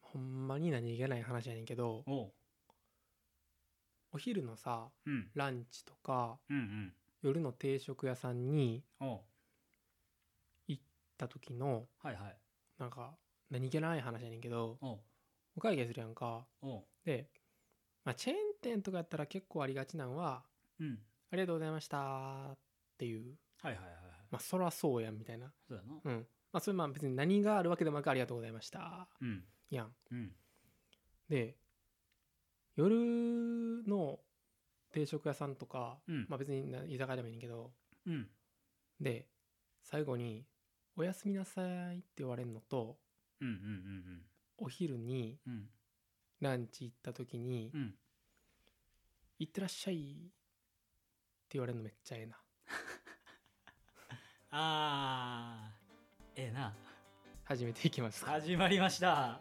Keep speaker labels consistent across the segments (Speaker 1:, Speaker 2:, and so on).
Speaker 1: ほんまに何気ない話やねんけど
Speaker 2: おう
Speaker 1: お昼のさ
Speaker 2: うん
Speaker 1: ランチとか
Speaker 2: うん
Speaker 1: 夜の定食屋さんに
Speaker 2: うんおう
Speaker 1: 行った時の
Speaker 2: はいはい
Speaker 1: なんか何気ない話やねんけど
Speaker 2: おう
Speaker 1: お会計するやんか
Speaker 2: おう
Speaker 1: で、まあ、チェーン店とかやったら結構ありがちなんは
Speaker 2: うん
Speaker 1: 「ありがとうございました」っていう
Speaker 2: はいはいはいはい
Speaker 1: まあそらそうやんみたいな
Speaker 2: そうだな
Speaker 1: うんまあそれまあ別に何があるわけでもなく「ありがとうございました
Speaker 2: うん」
Speaker 1: やん
Speaker 2: うん
Speaker 1: で夜の定食屋さんとか、
Speaker 2: うん
Speaker 1: まあ別にな居酒屋でもいいねんけど
Speaker 2: うん
Speaker 1: で最後に「おやすみなさい」って言われるのと
Speaker 2: うんうんうん
Speaker 1: お昼に
Speaker 2: うんうん
Speaker 1: ランチ行った時に
Speaker 2: うん
Speaker 1: 「行ってらっしゃい」って言われるのめっちゃええな
Speaker 2: あーええな
Speaker 1: 始めていきますか
Speaker 2: 始まりました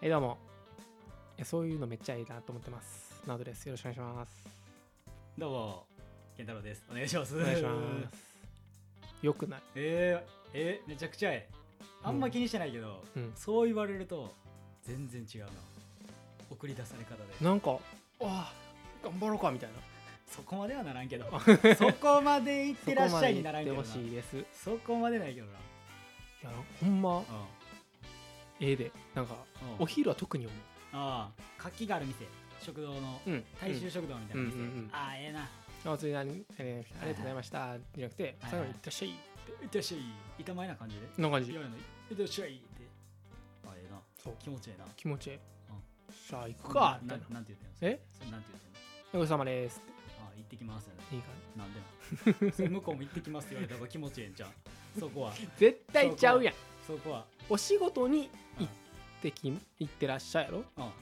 Speaker 1: はいどうもいやそういうのめっちゃええなと思ってますなどですよろしくお願いします
Speaker 2: どうも健太郎ですお願いします
Speaker 1: お願いしますよくない
Speaker 2: えー、えーめちゃくちゃええあんま気にしてないけど、
Speaker 1: うん
Speaker 2: そう言われると全然違うな送り出され方で
Speaker 1: なんかああ頑張ろうかみたいな
Speaker 2: そこまではな らんけどそこまで行ってらっしゃいにならんけどな
Speaker 1: そこまで行ってほしいですい
Speaker 2: そこまでないけどな
Speaker 1: やほんま
Speaker 2: うん
Speaker 1: ええでなんか
Speaker 2: うん
Speaker 1: お昼は特に思う
Speaker 2: ああ活気がある店食堂の
Speaker 1: うん
Speaker 2: 大衆食堂みたいな店、
Speaker 1: うんうんうんうん
Speaker 2: ああええな
Speaker 1: あ普通にありえーありがとうございましたじゃなくて
Speaker 2: はい
Speaker 1: 最後に「いってらっしゃい」
Speaker 2: いってらっしゃい板前な感じで
Speaker 1: こんな感
Speaker 2: い
Speaker 1: じ
Speaker 2: やいやいってらっしゃいってああええな
Speaker 1: そう
Speaker 2: 気持ちええな
Speaker 1: 気持ちいい
Speaker 2: ん
Speaker 1: さあ行くかみた
Speaker 2: ない
Speaker 1: な
Speaker 2: なんて言ってんの
Speaker 1: え
Speaker 2: それなんて言ってん
Speaker 1: 「お
Speaker 2: の
Speaker 1: 疲れ様です」って
Speaker 2: ああ行ってきますよね
Speaker 1: いいかな
Speaker 2: なん でもそれ向こうも行ってきますって言われた方が気持ちええんじゃんそこは
Speaker 1: 絶対ちゃうやん
Speaker 2: そこは
Speaker 1: お仕事に
Speaker 2: う
Speaker 1: 行
Speaker 2: ん、
Speaker 1: ってき行ってらっしゃいやろ
Speaker 2: うんほ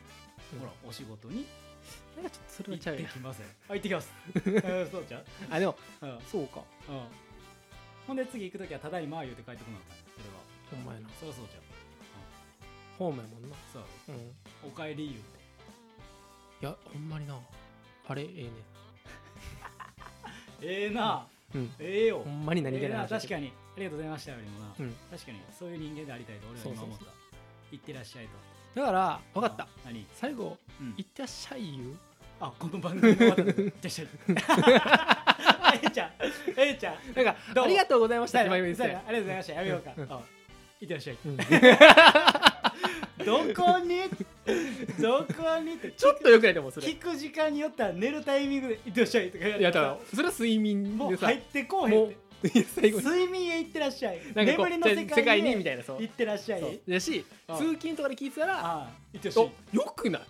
Speaker 2: らお仕事に
Speaker 1: なんかちょっとそれ
Speaker 2: 行
Speaker 1: は
Speaker 2: っ
Speaker 1: ちゃう
Speaker 2: て
Speaker 1: やん
Speaker 2: きますよあ行ってきます うんそうじゃん
Speaker 1: あでも
Speaker 2: うんうん
Speaker 1: そうか
Speaker 2: ほんで次行くときはただいま言うて帰ってこなあかんそれは
Speaker 1: ほんまやな
Speaker 2: そりゃそうじゃん
Speaker 1: ホームやもんな
Speaker 2: そう
Speaker 1: うんい
Speaker 2: おかえり言うて
Speaker 1: やほんまになあれええね
Speaker 2: ええな
Speaker 1: うん
Speaker 2: ええよ
Speaker 1: ほんまに何
Speaker 2: え
Speaker 1: 気
Speaker 2: え
Speaker 1: ない
Speaker 2: な
Speaker 1: 話だ
Speaker 2: 確
Speaker 1: けど
Speaker 2: かにありがとうございましたよりもな
Speaker 1: うん
Speaker 2: 確かにそういう人間でありたいと俺は今思っ
Speaker 1: そう
Speaker 2: た
Speaker 1: そ
Speaker 2: 行ってらっしゃいと
Speaker 1: だから分かっ
Speaker 2: あ
Speaker 1: た
Speaker 2: 何
Speaker 1: 最後
Speaker 2: うん
Speaker 1: 「いってらっしゃい」言う
Speaker 2: あ、この番組終わったじゃしゃい。 えいちゃん、えいちゃん、
Speaker 1: なんか「
Speaker 2: どう
Speaker 1: ありがとうございました」っ
Speaker 2: さよ
Speaker 1: て前
Speaker 2: なら
Speaker 1: も言って
Speaker 2: さ
Speaker 1: た
Speaker 2: よな
Speaker 1: や
Speaker 2: ら
Speaker 1: ん
Speaker 2: ありがとうございました。やめようか。うんいってらっしゃい。
Speaker 1: うん
Speaker 2: どこに、どこにって、
Speaker 1: ちょっとよくないでもそれ
Speaker 2: 聞く時間によっては寝るタイミングでいってらっしゃいとか言われ
Speaker 1: いや
Speaker 2: て
Speaker 1: だ
Speaker 2: さ
Speaker 1: からそれは睡眠
Speaker 2: もう
Speaker 1: でさ
Speaker 2: 入ってこうへん
Speaker 1: も
Speaker 2: っ
Speaker 1: う
Speaker 2: て。
Speaker 1: いや最後に
Speaker 2: 睡眠へ行ってらっしゃい。
Speaker 1: なんかこう
Speaker 2: 眠りの世界
Speaker 1: 世界にみ
Speaker 2: た
Speaker 1: たいなそう
Speaker 2: 行ってらっしゃ
Speaker 1: そう
Speaker 2: い。
Speaker 1: だし
Speaker 2: うん
Speaker 1: 通勤とかで聞いてたら
Speaker 2: ああ、行ってらっしゃ
Speaker 1: お
Speaker 2: い。
Speaker 1: よくない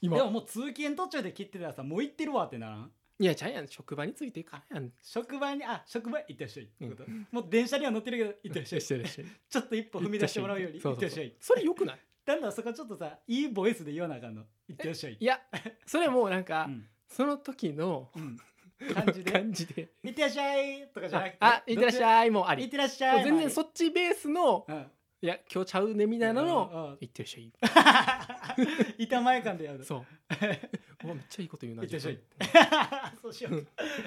Speaker 1: 今
Speaker 2: でももう通勤途中で切ってたらさ、もう行ってるわってならん
Speaker 1: いやちゃうやん職場についていかんやんい
Speaker 2: 職場に、あ、職場行ってらっしゃいってこと
Speaker 1: う。
Speaker 2: もう電車には乗ってるけど、行 ってらっしゃい。
Speaker 1: てらっしゃい
Speaker 2: ちょっと一歩踏み出してもらうより、
Speaker 1: そ
Speaker 2: 行
Speaker 1: うそ
Speaker 2: って
Speaker 1: う
Speaker 2: らっし
Speaker 1: そ
Speaker 2: ゃ
Speaker 1: う
Speaker 2: い。
Speaker 1: それよく ない
Speaker 2: だんだんそこちょっとさ、いいボイスで言わなあかんの。行ってらっしゃい。
Speaker 1: いやそれもうなん
Speaker 2: う
Speaker 1: か
Speaker 2: ん
Speaker 1: その時の
Speaker 2: うん感じで。
Speaker 1: 感じで
Speaker 2: 行ってらっしゃいとかじゃなくて。
Speaker 1: あいってらっしゃいもうあ
Speaker 2: い行っ
Speaker 1: り
Speaker 2: てらっし
Speaker 1: も
Speaker 2: ゃ
Speaker 1: う
Speaker 2: い。
Speaker 1: 全然
Speaker 2: っ
Speaker 1: そっちベースの
Speaker 2: うん。
Speaker 1: いや今日ちゃうねみたいなの
Speaker 2: うんう
Speaker 1: を
Speaker 2: んうん
Speaker 1: いってらっしゃい
Speaker 2: 板前感でやる。
Speaker 1: そう うわめっちゃいいこと言うな
Speaker 2: 行って らっしゃい
Speaker 1: 自。
Speaker 2: そうしよう。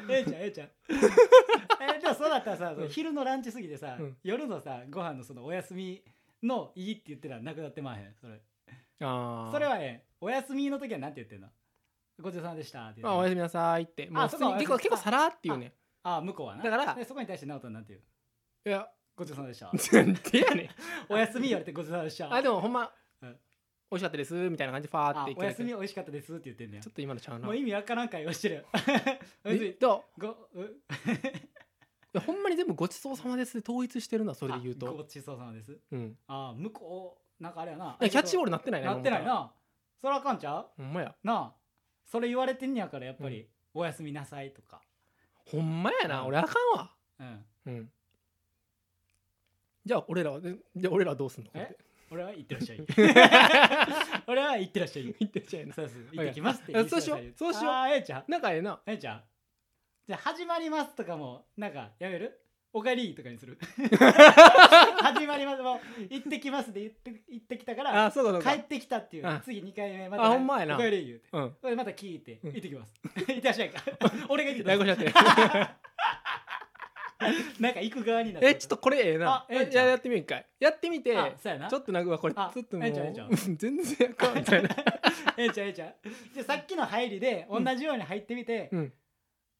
Speaker 2: ええちゃん、え えちゃん。えでもそうだったらさ、
Speaker 1: うん
Speaker 2: 昼のランチ過ぎてさ、
Speaker 1: うん
Speaker 2: 夜のさ、ご飯のそのお休みのいいって言ってたらなくなってまわへん。それ
Speaker 1: 分あー
Speaker 2: それはええ、お休みの時はなんて言ってんのごちそうさまでしたって言ってん
Speaker 1: ま
Speaker 2: の
Speaker 1: あおやすみなさいってもう
Speaker 2: あ
Speaker 1: 普
Speaker 2: そう
Speaker 1: 通
Speaker 2: か
Speaker 1: に結構
Speaker 2: おやす
Speaker 1: 結構
Speaker 2: み
Speaker 1: さらーっていうね
Speaker 2: ああ向こうはな
Speaker 1: だから
Speaker 2: でそこに対して直人はなんて言
Speaker 1: い
Speaker 2: う
Speaker 1: や
Speaker 2: ごちそうさま でした
Speaker 1: なんでやねん
Speaker 2: おやすみ言われてごちそうさまでした
Speaker 1: あでもほんま、
Speaker 2: うん
Speaker 1: 美味しかったですみたいな感じでファーっ
Speaker 2: あ
Speaker 1: てい
Speaker 2: おやすみ
Speaker 1: ちょ
Speaker 2: 美味しかったですって言ってんねや
Speaker 1: っと今のちゃうな
Speaker 2: もう意味わからん会話してるよおやす
Speaker 1: え
Speaker 2: み
Speaker 1: ど
Speaker 2: ごう
Speaker 1: ういやほんまに全部ごちそうさまですで統一してるなそれで言う
Speaker 2: あご
Speaker 1: と、
Speaker 2: ちそうさまです
Speaker 1: うん、
Speaker 2: ああ向こうなんかあれやな
Speaker 1: キャッチボ
Speaker 2: ー
Speaker 1: ールなってないな
Speaker 2: なってない
Speaker 1: 今思
Speaker 2: なそらあかんちゃ
Speaker 1: たらほんまや
Speaker 2: うなあそれ言われてんねやからやっぱり、おやすみなさいとか
Speaker 1: ほんまやな、
Speaker 2: うん
Speaker 1: 俺あかんわ
Speaker 2: うん
Speaker 1: うんじゃあ俺らはでじゃあ俺らはどうすんの
Speaker 2: え俺は行ってらっ しゃい 俺は行ってらっしゃい
Speaker 1: 言ってちゃうやな
Speaker 2: そうです行ってきますって
Speaker 1: あそうしよう
Speaker 2: 言
Speaker 1: そうしよう
Speaker 2: ああええちゃん
Speaker 1: なんかええな
Speaker 2: ええちゃんじゃあ始まりますとかもなんかやめるおかえりとかに する始まりますもう行ってきますで言って行ってきたから
Speaker 1: あそうだそう
Speaker 2: 帰
Speaker 1: だ
Speaker 2: ってきたってい
Speaker 1: あ
Speaker 2: う次2回目ま
Speaker 1: あ
Speaker 2: た
Speaker 1: ほんまやな
Speaker 2: おかえり言うて
Speaker 1: うん
Speaker 2: これまた聞いて
Speaker 1: うん
Speaker 2: 行ってきます 行ってらっしゃい か俺が行って
Speaker 1: ややこしなってる
Speaker 2: なんか行く側にな
Speaker 1: えちょっと
Speaker 2: っ
Speaker 1: これええな
Speaker 2: あええん
Speaker 1: じ
Speaker 2: ちゃ
Speaker 1: ゃ
Speaker 2: う
Speaker 1: あやってみるんかいやってみて
Speaker 2: てあそうやな
Speaker 1: ちょっとなんかこれちょ
Speaker 2: あ
Speaker 1: っとも
Speaker 2: ええんちゃうええん
Speaker 1: う
Speaker 2: ちゃう
Speaker 1: 全然やかんみたいな
Speaker 2: ええんちゃうええんちゃうじゃあさっきの入りで同
Speaker 1: うん
Speaker 2: じように入ってみて、
Speaker 1: うん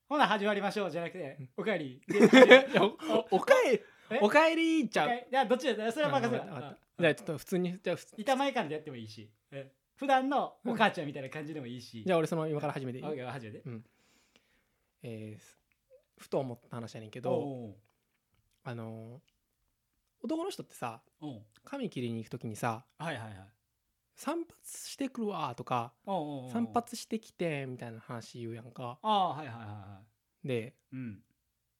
Speaker 2: ほな始まりましょうじゃなくて、
Speaker 1: うん
Speaker 2: おかえり
Speaker 1: いやおおかえ
Speaker 2: え
Speaker 1: おかえりちゃう
Speaker 2: いやどっちだよそれは任せ
Speaker 1: うん
Speaker 2: る
Speaker 1: わかったわかったじゃあちょっと普通にじゃあ普通
Speaker 2: 板前感でやってもいいし、うん普段のお母ちゃんみたいな感じでもいいし、
Speaker 1: じゃあ俺その今から始めていい
Speaker 2: あオッケー始めて
Speaker 1: えーふと思った話やねんけど
Speaker 2: おう
Speaker 1: あのー男の人ってさ
Speaker 2: おうおう
Speaker 1: 髪切りに行く時にさ
Speaker 2: はいはいはい
Speaker 1: 散髪してくるわーとか
Speaker 2: おうおうおう
Speaker 1: 散髪してきてみたいな話言うやんか
Speaker 2: ああはいはいはいは
Speaker 1: で
Speaker 2: いうん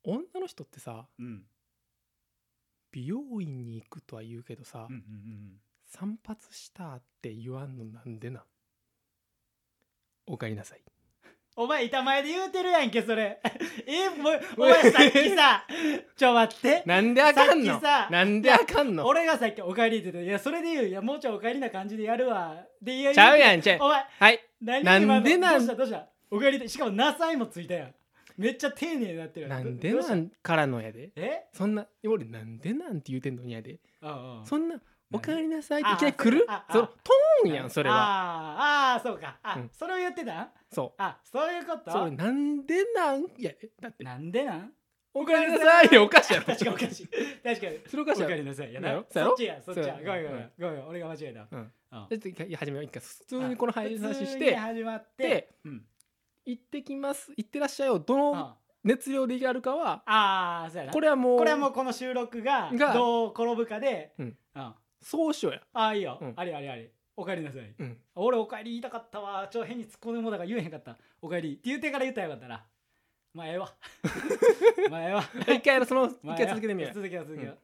Speaker 1: 女の人ってさ
Speaker 2: うんうん
Speaker 1: 美容院に行くとは言うけどさ、
Speaker 2: うんうん
Speaker 1: 散髪したって言わんのなんでなおかえりなさい
Speaker 2: お前板前で言うてるやんけそれ えも うお前さっきさちょ待って
Speaker 1: なんであかん
Speaker 2: さっ
Speaker 1: の
Speaker 2: きさ
Speaker 1: なんであかんの
Speaker 2: 俺がさっき「おかえり」って言って「いやそれで言ういやもうちょいおかえりな感じでやるわ」で言う
Speaker 1: ちゃうやんちゃう
Speaker 2: お前
Speaker 1: はい
Speaker 2: 何
Speaker 1: なんでなん
Speaker 2: 今のどうしたどうしたおかえりでしかも「なさい」もついたやんめっちゃ丁寧になってるや
Speaker 1: なん
Speaker 2: ど
Speaker 1: で
Speaker 2: どうした
Speaker 1: なんからのやで
Speaker 2: え
Speaker 1: そんな俺なんでなんて言うてんのにやで
Speaker 2: ああ
Speaker 1: そんなおかえりなさいって
Speaker 2: あ
Speaker 1: いきなり来る
Speaker 2: あああ
Speaker 1: そのトーンやんそれは
Speaker 2: あーあーそうかあ、
Speaker 1: うん
Speaker 2: それを言ってたん
Speaker 1: そ
Speaker 2: あそういうこ
Speaker 1: うそれ
Speaker 2: と
Speaker 1: なんでなんやでだって
Speaker 2: なんでなん
Speaker 1: おかえりなさいっておかしいやろ
Speaker 2: 確かにおかしい確かに
Speaker 1: それおかしいや
Speaker 2: おか
Speaker 1: ろ
Speaker 2: えりなさいや
Speaker 1: や
Speaker 2: な
Speaker 1: ろそうや
Speaker 2: そ
Speaker 1: ろ
Speaker 2: っちやそっちや
Speaker 1: そ
Speaker 2: ご
Speaker 1: う
Speaker 2: めんごめんごめん俺が間違えた
Speaker 1: うん
Speaker 2: うん
Speaker 1: ちょっと一回始めよう一回普通にこの配信
Speaker 2: 普通
Speaker 1: し
Speaker 2: に
Speaker 1: て
Speaker 2: 始まって
Speaker 1: で
Speaker 2: うん
Speaker 1: 行ってきます行ってらっしゃいをどの
Speaker 2: あ
Speaker 1: 熱量でやるかは
Speaker 2: あーそうやな
Speaker 1: こ
Speaker 2: これ
Speaker 1: れはもう
Speaker 2: はもうこの収録が
Speaker 1: が
Speaker 2: どう転ぶかで
Speaker 1: うん
Speaker 2: あ
Speaker 1: 総称や、
Speaker 2: あーいいよ
Speaker 1: うん
Speaker 2: ありありありおかえりなさい
Speaker 1: うん、
Speaker 2: 俺おかえり言いたかったわちょ変に突っ込んでもだから言えへんかったおかえりって言ってから言ったらよかったなまあえ えわまあええわ
Speaker 1: 一回 その一
Speaker 2: まあ
Speaker 1: 回続けてみよう
Speaker 2: 続けよう続けよう、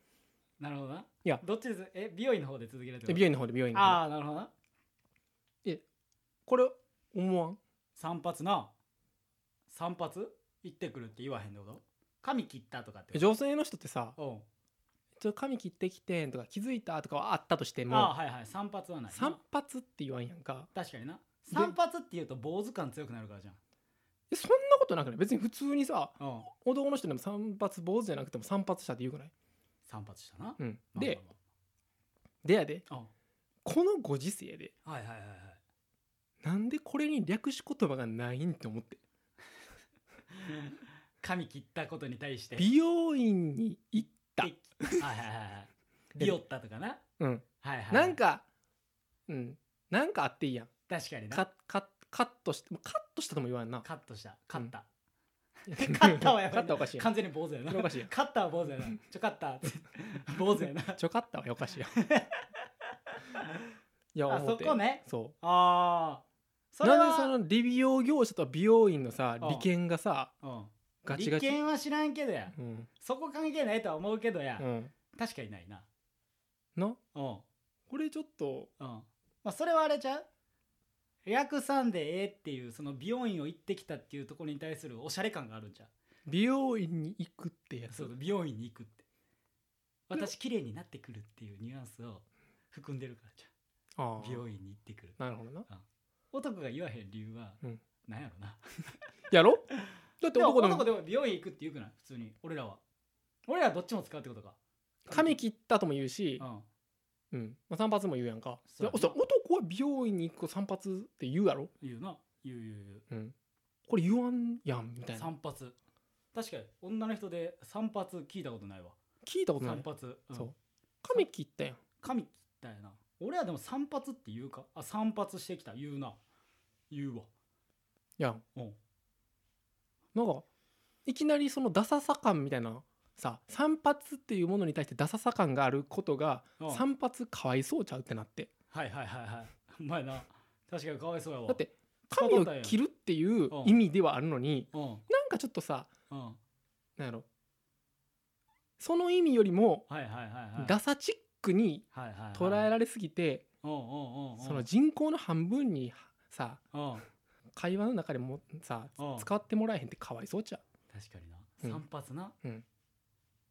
Speaker 2: なるほどない
Speaker 1: や
Speaker 2: どっちですえ美容院の方で続けるってこ
Speaker 1: で
Speaker 2: と
Speaker 1: 美容院の方で美容院の方で
Speaker 2: ああなるほどな
Speaker 1: これ思わん
Speaker 2: 散髪な散髪行ってくるって言わへんってこと髪切ったとかってこと
Speaker 1: 女性の人ってさ
Speaker 2: おう
Speaker 1: ちょっと髪切ってきてんとか気づいたとかはあったとして
Speaker 2: ああ
Speaker 1: も
Speaker 2: はいはい散髪はない
Speaker 1: 散髪って言わんやんか
Speaker 2: 確かにな
Speaker 1: で
Speaker 2: 散髪って言うと坊主感強くなるからじゃん
Speaker 1: えそんなことなくない別に普通にさ
Speaker 2: おう
Speaker 1: 男の人でも散髪坊主じゃなくても散髪したって言うくない、
Speaker 2: 散髪したな、
Speaker 1: うん、
Speaker 2: まあ
Speaker 1: で
Speaker 2: ま
Speaker 1: でやで
Speaker 2: あまあ
Speaker 1: このご時世やで
Speaker 2: おうはいはいはいはい
Speaker 1: なんでこれに略し言葉がないんって思って
Speaker 2: 髪切ったことに対して
Speaker 1: 美容院に行っ
Speaker 2: ったはいはいはいはいビオッタとかな
Speaker 1: うん
Speaker 2: はいはい
Speaker 1: なんかうんなんかあっていいやん
Speaker 2: 確かにな
Speaker 1: カッカッカットしてカットしたとも言わんな
Speaker 2: カットしたカッタ
Speaker 1: カ
Speaker 2: カッタはやばい
Speaker 1: カッタおかしいやん
Speaker 2: 完全に坊主やな
Speaker 1: おかしいやん
Speaker 2: カッターは坊主やなちょカッターって坊主やな
Speaker 1: ちょカッタはおか しいやんいや
Speaker 2: あ
Speaker 1: 思
Speaker 2: そ
Speaker 1: って
Speaker 2: こね
Speaker 1: そ
Speaker 2: ああそうれは
Speaker 1: なんでその美容業者と美容院のさ
Speaker 2: うん
Speaker 1: 利権がさ
Speaker 2: うん
Speaker 1: ガチガ
Speaker 2: 利
Speaker 1: チ
Speaker 2: 権は知らんけどや
Speaker 1: うん
Speaker 2: そこ関係ないとは思うけどや、
Speaker 1: うん
Speaker 2: 確かにないな
Speaker 1: な
Speaker 2: うんうん
Speaker 1: これちょっと
Speaker 2: まあそれはあれちゃう略さんでええっていうその美容院を行ってきたっていうところに対するおしゃれ感があるんじゃう
Speaker 1: 美容院に行くってやつ
Speaker 2: そう美容院に行くって私綺麗になってくるっていうニュアンスを含んでるからじゃ
Speaker 1: あ
Speaker 2: ん
Speaker 1: あ
Speaker 2: 美容院に行ってくる
Speaker 1: なるほどな
Speaker 2: 男が言わへん理由は、
Speaker 1: うん
Speaker 2: なんやろな
Speaker 1: や ろだって
Speaker 2: でも
Speaker 1: 男で
Speaker 2: 男
Speaker 1: も
Speaker 2: でも美容院行くって言うくない普通に俺らは俺らはどっちも使うってことか
Speaker 1: 髪切ったとも言うし
Speaker 2: うん
Speaker 1: うんまあ散髪も言うやんか
Speaker 2: そう
Speaker 1: そう
Speaker 2: やな
Speaker 1: 男は美容院に行く散髪って言うやろ
Speaker 2: 言うな言う言う
Speaker 1: うんこれ言わんやんみた
Speaker 2: 言
Speaker 1: いな
Speaker 2: う散髪確かに女の人で散髪聞いたことないわ
Speaker 1: 聞いたことない
Speaker 2: 散髪、うん
Speaker 1: そう髪切ったやん
Speaker 2: 髪切ったよな俺らでも散髪って言うかあ散髪してきた言うな言うわ
Speaker 1: やん
Speaker 2: うん
Speaker 1: なんかいきなりそのダサさ感みたいなさ散髪っていうものに対してダサさ感があることが
Speaker 2: うん
Speaker 1: 散髪かわいそうちゃうってなって
Speaker 2: はいはいはいはいお前な確かにかわいそうやわ
Speaker 1: だって髪を切るっていう意味ではあるのに
Speaker 2: うんうん
Speaker 1: なんかちょっとさ
Speaker 2: は
Speaker 1: なんやろその意味よりも
Speaker 2: いはいはいはい
Speaker 1: ダサチックに
Speaker 2: はいはいはい
Speaker 1: 捉えられすぎて
Speaker 2: うんうんうんうん
Speaker 1: その人口の半分にさ
Speaker 2: うん
Speaker 1: 会話の中でもさ
Speaker 2: うん
Speaker 1: 使ってもらえへんってかわいそうちゃう
Speaker 2: 確かにな
Speaker 1: うん
Speaker 2: 散髪な、
Speaker 1: うん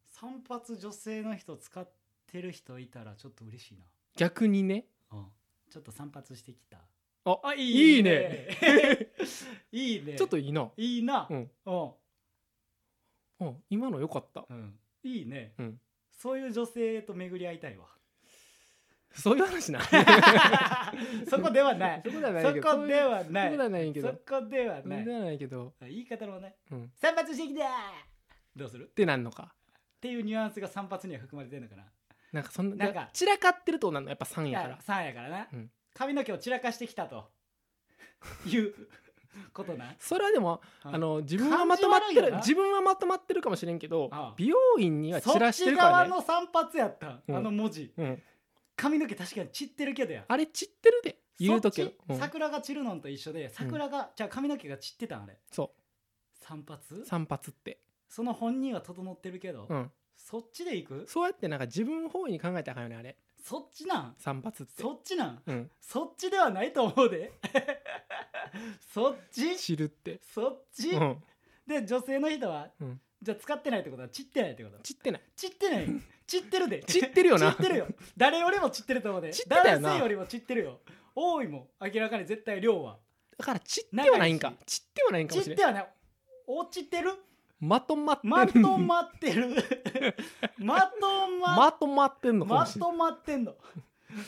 Speaker 2: 散髪女性の人使ってる人いたらちょっと嬉しいな、
Speaker 1: 逆にね
Speaker 2: うん、ちょっと散髪してきた
Speaker 1: あ
Speaker 2: あい
Speaker 1: いいね
Speaker 2: いいね
Speaker 1: ちょっといいな、
Speaker 2: いいな
Speaker 1: うん
Speaker 2: うん
Speaker 1: うん、今の良かった
Speaker 2: うんいいね、
Speaker 1: うん
Speaker 2: そういう女性と巡り合いたいわ
Speaker 1: そういう話な
Speaker 2: そこではない
Speaker 1: そこではない
Speaker 2: そ
Speaker 1: けど
Speaker 2: こでは
Speaker 1: そ
Speaker 2: な
Speaker 1: こで
Speaker 2: い
Speaker 1: はないけど
Speaker 2: そこでは
Speaker 1: そ
Speaker 2: な
Speaker 1: こ
Speaker 2: い
Speaker 1: ではないけど、
Speaker 2: 言い方もね
Speaker 1: うん、っ
Speaker 2: 散髪してきたどうするって
Speaker 1: なんのか
Speaker 2: ていうニュアンスが散髪には含まれてるのかな
Speaker 1: なんかそんな
Speaker 2: なんか
Speaker 1: だら散らかってるとなんのやっぱ3やから
Speaker 2: 3やからな、
Speaker 1: うん
Speaker 2: 髪の毛を散らかしてきた ということな
Speaker 1: それはでも
Speaker 2: うん
Speaker 1: あの自分はまとまって
Speaker 2: 感じ悪いよ
Speaker 1: る
Speaker 2: な
Speaker 1: 自分はまとまってるかもしれんけど
Speaker 2: ああ
Speaker 1: 美容院には
Speaker 2: そ
Speaker 1: 散
Speaker 2: っ
Speaker 1: らして
Speaker 2: ち
Speaker 1: るか
Speaker 2: 側
Speaker 1: らね
Speaker 2: の散髪やったん、
Speaker 1: うん
Speaker 2: あの文字
Speaker 1: うん、
Speaker 2: 髪の毛確かに散ってるけどや
Speaker 1: あれ散ってるで言うとけ
Speaker 2: そっち桜が散るのんと一緒で桜が、じゃあ髪の毛が散ってたんあれ
Speaker 1: そ
Speaker 2: 散髪
Speaker 1: う散髪って、
Speaker 2: その本人は整ってるけど、
Speaker 1: うん、
Speaker 2: そっちで行く
Speaker 1: そうやってなんか自分本位に考えたらあかんよねあれ
Speaker 2: そっちなん
Speaker 1: 散髪って
Speaker 2: そっちなん
Speaker 1: うん、
Speaker 2: そっちではないと思うで そっち
Speaker 1: 散るって、
Speaker 2: そっち、
Speaker 1: うん
Speaker 2: で女性の人は、
Speaker 1: うん
Speaker 2: じゃあ使ってないってことは散ってないってこと
Speaker 1: 散ってない
Speaker 2: 散っ てない散ってるで
Speaker 1: 散ってるよな
Speaker 2: 散ってるよ誰よりも散ってると思うで
Speaker 1: 散ってたよな
Speaker 2: 男性よりも散ってるよ多いもん明らかに絶対量は
Speaker 1: だから散ってはないんか
Speaker 2: 長
Speaker 1: 散ってはないんか
Speaker 2: 散
Speaker 1: も
Speaker 2: っ
Speaker 1: しれ
Speaker 2: て
Speaker 1: ない
Speaker 2: はない落ちてる
Speaker 1: まとまってる
Speaker 2: まとまっ てるまとま
Speaker 1: まとまってんのかも
Speaker 2: ま
Speaker 1: しれない
Speaker 2: とまってんの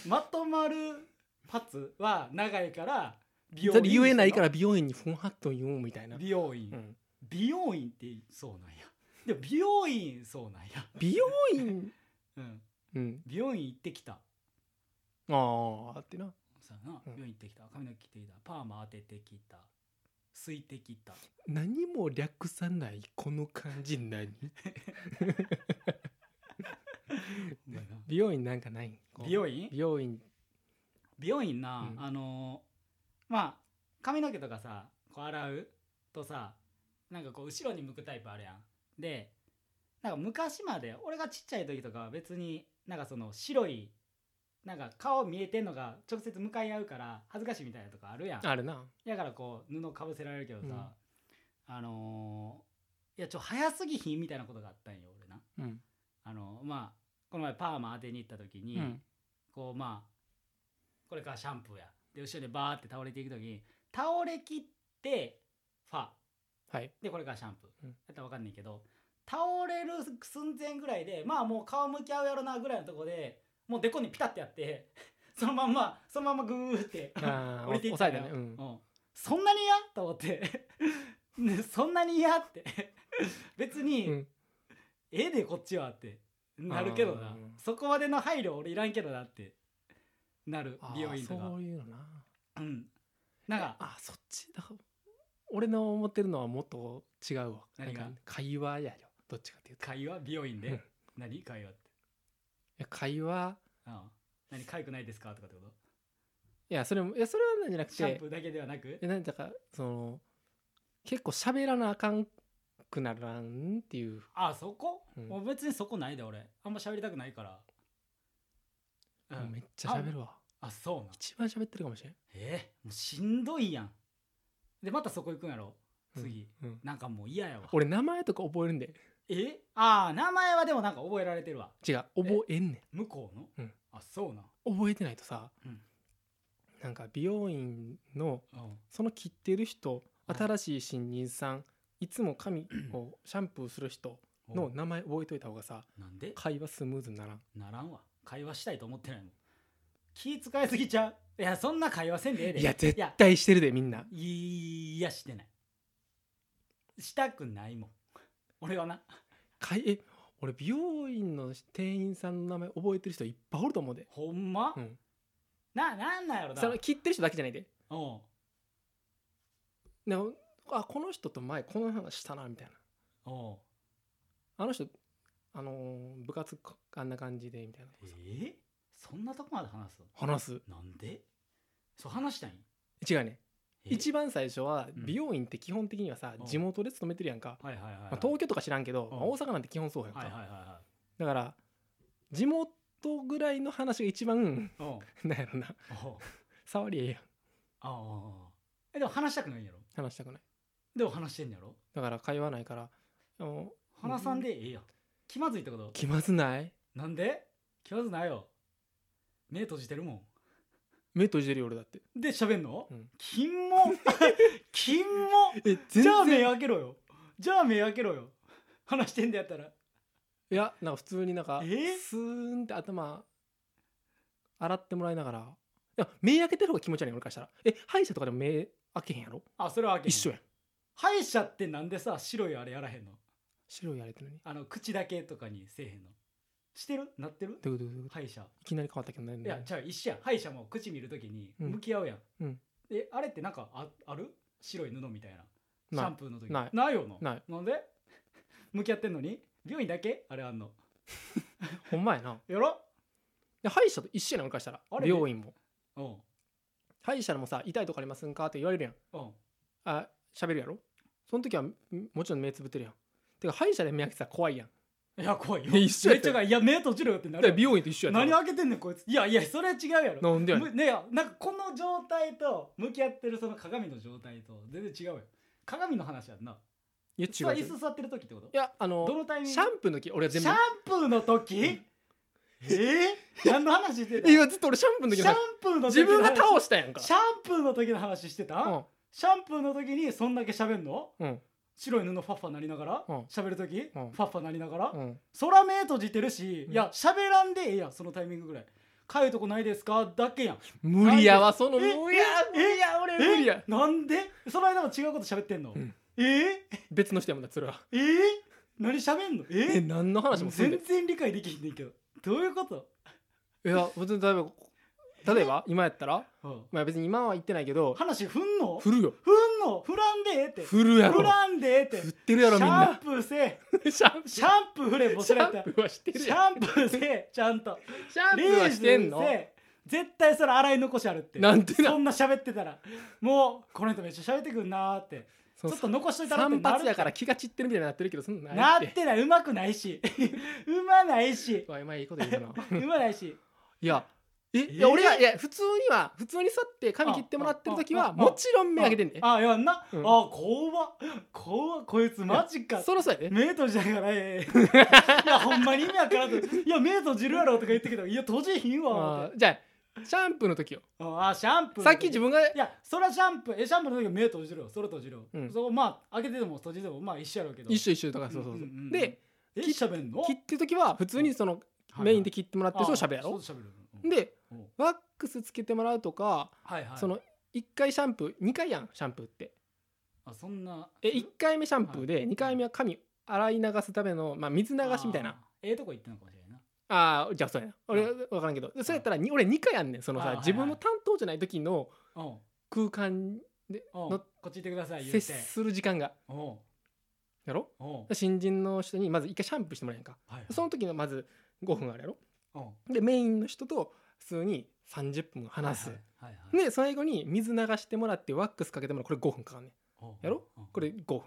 Speaker 2: まとまるパツは長いから美
Speaker 1: それ言えないからら美容院にふんはっと言おうみたいな、
Speaker 2: 美容院、
Speaker 1: うん、
Speaker 2: 美容院ってそうなんやでも美容院そうなんや、
Speaker 1: 美容院
Speaker 2: うん、
Speaker 1: うん
Speaker 2: 美容院行ってきた
Speaker 1: ああってな
Speaker 2: そうやな
Speaker 1: うん
Speaker 2: 病院行ってきた髪の毛切ってきたパーマ当ててきたすいてき た
Speaker 1: 何も略さないこの感じ何
Speaker 2: お前な
Speaker 1: 美容院なんかないんこう
Speaker 2: 美容院
Speaker 1: 美容院
Speaker 2: 美容院な、
Speaker 1: うん
Speaker 2: あのーまあ髪の毛とかさこう洗うとさなんかこう後ろに向くタイプあるやんでなんか昔まで俺がちっちゃい時とかは別になんかその白いなんか顔見えてんのが直接向かい合うから恥ずかしいみたいなとかあるやん
Speaker 1: あるな
Speaker 2: やからこう布かぶせられるけどさ、あのーいやちょ早すぎひんみたいなことがあったんよ俺な
Speaker 1: うん、
Speaker 2: あのまあこの前パーマ当てに行った時に、
Speaker 1: うん、
Speaker 2: こうまあこれからシャンプーやで後ろでバーって倒れていく時に倒れきってファ
Speaker 1: はい
Speaker 2: でこれからシャンプー
Speaker 1: うん
Speaker 2: やったら分かんないけど倒れる寸前ぐらいでまあもう顔向き合うやろなぐらいのとこでもうデコにピタッてやって そのまんまそのまんまグーって
Speaker 1: あー
Speaker 2: 降りていったの
Speaker 1: 抑えた
Speaker 2: よ
Speaker 1: ねう
Speaker 2: うんそんなに嫌と思って ねそんなに嫌って 別に、
Speaker 1: うん
Speaker 2: ええでこっちはってなるけど
Speaker 1: あ
Speaker 2: な
Speaker 1: ー
Speaker 2: そこまでの配慮俺いらんけどなってなる
Speaker 1: あー
Speaker 2: 美容院とか
Speaker 1: そういうのな
Speaker 2: うんなんか
Speaker 1: あそっちだ俺の思ってるのはもっと違うわ
Speaker 2: 何が
Speaker 1: なんか会話やよどっちかっていうとい
Speaker 2: 会話美容院で、
Speaker 1: うん
Speaker 2: 何会話って
Speaker 1: や会話
Speaker 2: ああ何かゆくないですかとかってこと
Speaker 1: いやそれもいやそれはなんじゃなく
Speaker 2: シャン
Speaker 1: て
Speaker 2: プーだけではなく
Speaker 1: えなんだかその結構喋らなあかんくならんっていう
Speaker 2: ああそこ、
Speaker 1: うん
Speaker 2: もう別にそこないで俺あんま喋りたくないから、うん
Speaker 1: めっちゃ喋るわ
Speaker 2: あそうなん
Speaker 1: 一番喋ってるかもしれん
Speaker 2: えーもうしんどいやんでまたそこ行くんやろ
Speaker 1: うん
Speaker 2: 次、
Speaker 1: うん
Speaker 2: なんかもう嫌やわ
Speaker 1: 俺名前とか覚えるんで
Speaker 2: えああ名前はでもなんか覚えられてるわ
Speaker 1: 違う覚えんね
Speaker 2: 向こうの、
Speaker 1: うん
Speaker 2: あそうなん
Speaker 1: ん覚えてないとさ、
Speaker 2: うん
Speaker 1: なんか美容院の
Speaker 2: うん
Speaker 1: その切ってる人
Speaker 2: はい
Speaker 1: 新しい新人さんいつも髪をシャンプーする人の
Speaker 2: お
Speaker 1: 名前覚えといた方がさ
Speaker 2: なんで
Speaker 1: 会話スムーズにならん
Speaker 2: ならんわ会話したいと思ってないもん気使いすぎちゃういやそんな会話せんでええで
Speaker 1: いや絶対してるでみんない
Speaker 2: やいやしてないしたくないもん俺はな
Speaker 1: かいえ俺美容院の店員さんの名前覚えてる人いっぱいおると思うで、
Speaker 2: ほんま、
Speaker 1: うん、
Speaker 2: ななんなんやろな
Speaker 1: その切ってる人だけじゃないで
Speaker 2: おう
Speaker 1: であこの人と前この話したなみたいな
Speaker 2: おう
Speaker 1: あの人あのー部活かあんな感じでみたいな
Speaker 2: えーそんなとこまで話す
Speaker 1: 話す
Speaker 2: なんでそう話したいん
Speaker 1: 違うね
Speaker 2: え
Speaker 1: 一番最初は
Speaker 2: うん
Speaker 1: 美容院って基本的にはさ、
Speaker 2: うん
Speaker 1: 地元で勤めてるやんか、
Speaker 2: はいはいはいはい、
Speaker 1: まあ、東京とか知らんけど、
Speaker 2: うん
Speaker 1: まあ大阪なんて基本そうやんか、
Speaker 2: はいはいはいは
Speaker 1: だから地元ぐらいの話が一番
Speaker 2: いおう
Speaker 1: なんやろな
Speaker 2: おう
Speaker 1: 触りええやん
Speaker 2: ああえでも話したくないんやろ
Speaker 1: 話したくない
Speaker 2: でも話してんやろ
Speaker 1: だから会話ないからあの
Speaker 2: 話さんでええやん気まずいってこと
Speaker 1: 気まずない
Speaker 2: なんで気まずないよ目閉じてるも
Speaker 1: 目閉じてるよ俺だって
Speaker 2: んで喋んの、
Speaker 1: うん
Speaker 2: キンモ キンモ
Speaker 1: え全
Speaker 2: じゃあ目開けろよじゃあ目開けろよ話してんだやったら
Speaker 1: いやなんか普通になんか
Speaker 2: え
Speaker 1: スーンって頭洗ってもらいながらいや目開けてる方が気持ち悪いよ俺からしたらえ歯医者とかでも目開けへんやろ
Speaker 2: あそれは開けへん
Speaker 1: 一緒やん
Speaker 2: 歯医者ってなんでさ白いあれやらへんの
Speaker 1: 白いあれって何
Speaker 2: あの口だけとかにせえへんのしてるなってる
Speaker 1: どういうことどういうこと
Speaker 2: 歯医者
Speaker 1: いきなり変わったけどね
Speaker 2: いやじゃあ一緒やん歯医者も口見るときに
Speaker 1: うん
Speaker 2: 向き合うやん、
Speaker 1: うん
Speaker 2: えあれってなんかあある白い布みたいなシ
Speaker 1: な
Speaker 2: ャ
Speaker 1: い
Speaker 2: ンプーの時
Speaker 1: ない
Speaker 2: よの
Speaker 1: ない
Speaker 2: んで向き合ってんのに病院だけあれあんの
Speaker 1: ほんまやな
Speaker 2: やろ
Speaker 1: で歯医者と一緒やん俺からしたら
Speaker 2: あれ
Speaker 1: 病院も
Speaker 2: うん
Speaker 1: 歯医者でもさ痛いとこありますんかって言われるやん
Speaker 2: うん
Speaker 1: あ喋るやろその時はんもちろん目つぶってるやんてか歯医者で目開けてたら怖いやん
Speaker 2: いや怖いよ
Speaker 1: いや一緒
Speaker 2: め
Speaker 1: やっ
Speaker 2: っち
Speaker 1: たよ
Speaker 2: ゃ怖いいや目閉じろよってな
Speaker 1: だから
Speaker 2: るやん
Speaker 1: 美容院と一緒や
Speaker 2: 何
Speaker 1: ん
Speaker 2: 開けてんねんこいついやいやそれは違うやろ
Speaker 1: なんでやねん
Speaker 2: むねやなんかこの状態と向き合ってるその鏡の状態と全然違うよ鏡の話やんない
Speaker 1: や違
Speaker 2: さ
Speaker 1: う違
Speaker 2: 椅
Speaker 1: うい
Speaker 2: 子座ってる時ってこと
Speaker 1: やあ
Speaker 2: ど
Speaker 1: の
Speaker 2: のタイミング
Speaker 1: シャンプーの時俺は全
Speaker 2: シ
Speaker 1: 部
Speaker 2: ャンプーの時えー、何の話してた
Speaker 1: いやずっと俺シャンプーの時
Speaker 2: シ
Speaker 1: の
Speaker 2: ャン
Speaker 1: 話
Speaker 2: プーの時の話
Speaker 1: 自分が倒したやんか
Speaker 2: シャンプーの時の話してた、シャンプーの時にそんだけ喋んの
Speaker 1: うんうん
Speaker 2: 白い布ファッファなりながら
Speaker 1: うん
Speaker 2: 喋、る時、
Speaker 1: うん
Speaker 2: ファッファなりながら、
Speaker 1: うん
Speaker 2: 空目閉じてるし、
Speaker 1: うん
Speaker 2: いや喋らんでええやんそのタイミングぐらいかゆいとこないですかだけやん
Speaker 1: 無理やわその
Speaker 2: え
Speaker 1: 無理や
Speaker 2: え
Speaker 1: 無理や俺無理や
Speaker 2: えなんでその間も違うこと喋ってんの、
Speaker 1: うん
Speaker 2: えー、
Speaker 1: 別の人やもんなそれは
Speaker 2: えー、何喋んのえ
Speaker 1: え
Speaker 2: ー、
Speaker 1: 何の話もすんで
Speaker 2: 全然理解できひんねんけどどういうこと、
Speaker 1: いや別に例えば例えば今やったら
Speaker 2: うん
Speaker 1: まあ別に今は言ってないけど
Speaker 2: 話振んの
Speaker 1: 振るよ
Speaker 2: 振んの振らんでええって
Speaker 1: 振るやろ
Speaker 2: 振らんでええって
Speaker 1: 振ってるやろみん
Speaker 2: シャン
Speaker 1: な
Speaker 2: プーせえ
Speaker 1: シャンプ
Speaker 2: シャンプー振れ
Speaker 1: ー
Speaker 2: も
Speaker 1: シ
Speaker 2: それやっ
Speaker 1: ャ
Speaker 2: た
Speaker 1: ンプーはしてる
Speaker 2: シ
Speaker 1: やん
Speaker 2: ャンプーせえちゃんと
Speaker 1: シャンプーはしてんの
Speaker 2: レーズンせえ絶対それ洗い残しあるって
Speaker 1: なんでな
Speaker 2: そんな喋ってたらもうこの人めっちゃ喋ってくんなーってち
Speaker 1: そ
Speaker 2: ょ
Speaker 1: の
Speaker 2: っと残しといたらって
Speaker 1: 散
Speaker 2: なる
Speaker 1: 髪やから気が散ってるみたいになってるけどそんなん
Speaker 2: な
Speaker 1: ないっ
Speaker 2: っ
Speaker 1: て
Speaker 2: てないうまくないし うまな いし
Speaker 1: わ今いいこと言うな
Speaker 2: うまないし
Speaker 1: いやえ
Speaker 2: え
Speaker 1: いや俺はいや普通には普通に座って髪切ってもらってる時
Speaker 2: あああ
Speaker 1: は
Speaker 2: あ
Speaker 1: もちろん目開けてんね
Speaker 2: ああやんな、
Speaker 1: うん
Speaker 2: あ怖っ怖っこいつマジか
Speaker 1: そろそろやで
Speaker 2: 目閉じなが らええいやほんまに意味わからんといや目閉じるやろとか言ってけどいや閉じひんわ
Speaker 1: あーじゃあシャンプーの時よ
Speaker 2: ああシャンプー
Speaker 1: さっき自分が
Speaker 2: いやそらシャンプーえシャンプーの時は目閉じるよそれ閉じるよ、
Speaker 1: うん
Speaker 2: そこまあ開けてても閉じてもまあ一緒やろうけど
Speaker 1: 一緒一緒とからそうそう
Speaker 2: うん
Speaker 1: そ
Speaker 2: うんうんうん
Speaker 1: うで
Speaker 2: え
Speaker 1: 切っ
Speaker 2: 喋んの
Speaker 1: 切ってる時は普通にそのメインで
Speaker 2: 切
Speaker 1: 切ってもらってる人を喋るやろ
Speaker 2: そう喋るうん
Speaker 1: で
Speaker 2: うん
Speaker 1: ワックスつけてもらうとか
Speaker 2: はいはい
Speaker 1: その1回シャンプー2回やんシャンプーって
Speaker 2: あそんな
Speaker 1: え1回目シャンプー
Speaker 2: はい
Speaker 1: で2回目は髪洗い流すためのまあ水流しみたい
Speaker 2: あー
Speaker 1: な
Speaker 2: ええとこ行ってんのかもしれないな
Speaker 1: ああじゃあそうやな俺
Speaker 2: う
Speaker 1: 分からんけどでそれやったらに俺2回あんねんその
Speaker 2: あーはい
Speaker 1: さ
Speaker 2: はい
Speaker 1: 自分の担当じゃない時の
Speaker 2: うんうん
Speaker 1: 空間で
Speaker 2: こ
Speaker 1: の
Speaker 2: っち行ってください言
Speaker 1: 接
Speaker 2: って
Speaker 1: する時間が
Speaker 2: うんうん
Speaker 1: やろ
Speaker 2: はい
Speaker 1: 新人の人にまず1回シャンプーしてもらえんか
Speaker 2: はい
Speaker 1: その時のまず5分あるやろ
Speaker 2: うん
Speaker 1: でメインの人と普通に30分話す
Speaker 2: はいはいはいはい
Speaker 1: で最後に水流してもらってワックスかけてもらうこれ5分かかんねん
Speaker 2: うん
Speaker 1: やろ
Speaker 2: うん
Speaker 1: これ5分
Speaker 2: うん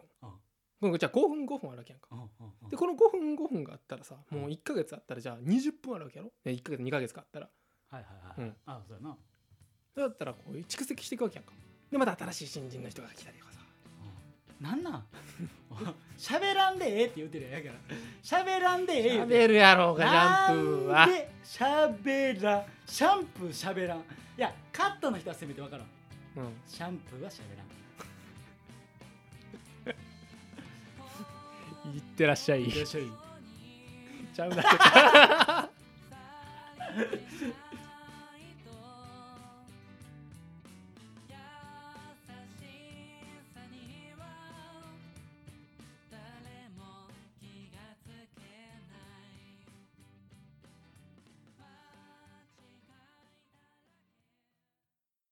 Speaker 1: これじゃあ5分5分あるわけやんか
Speaker 2: うんうんうん
Speaker 1: でこの5分5分があったらさ
Speaker 2: うん
Speaker 1: もう1ヶ月あったらじゃあ20分あるわけやろね1ヶ月2ヶ月かあったら
Speaker 2: はいはいは
Speaker 1: う
Speaker 2: い
Speaker 1: ん
Speaker 2: あそうやな
Speaker 1: だったらこう蓄積していくわけやんかでまた新しい新人の人が来たりとかさ
Speaker 2: うんなんなん 喋らんでええって言うてるやんやから喋らんでええ言うて
Speaker 1: 喋るやろうがシャンプーは
Speaker 2: なんで喋らんシャンプー喋らんいやカットの人はせめて分からん
Speaker 1: うん
Speaker 2: シャンプーは喋らん
Speaker 1: いってらっしゃい
Speaker 2: いらっしゃい
Speaker 1: ちゃうな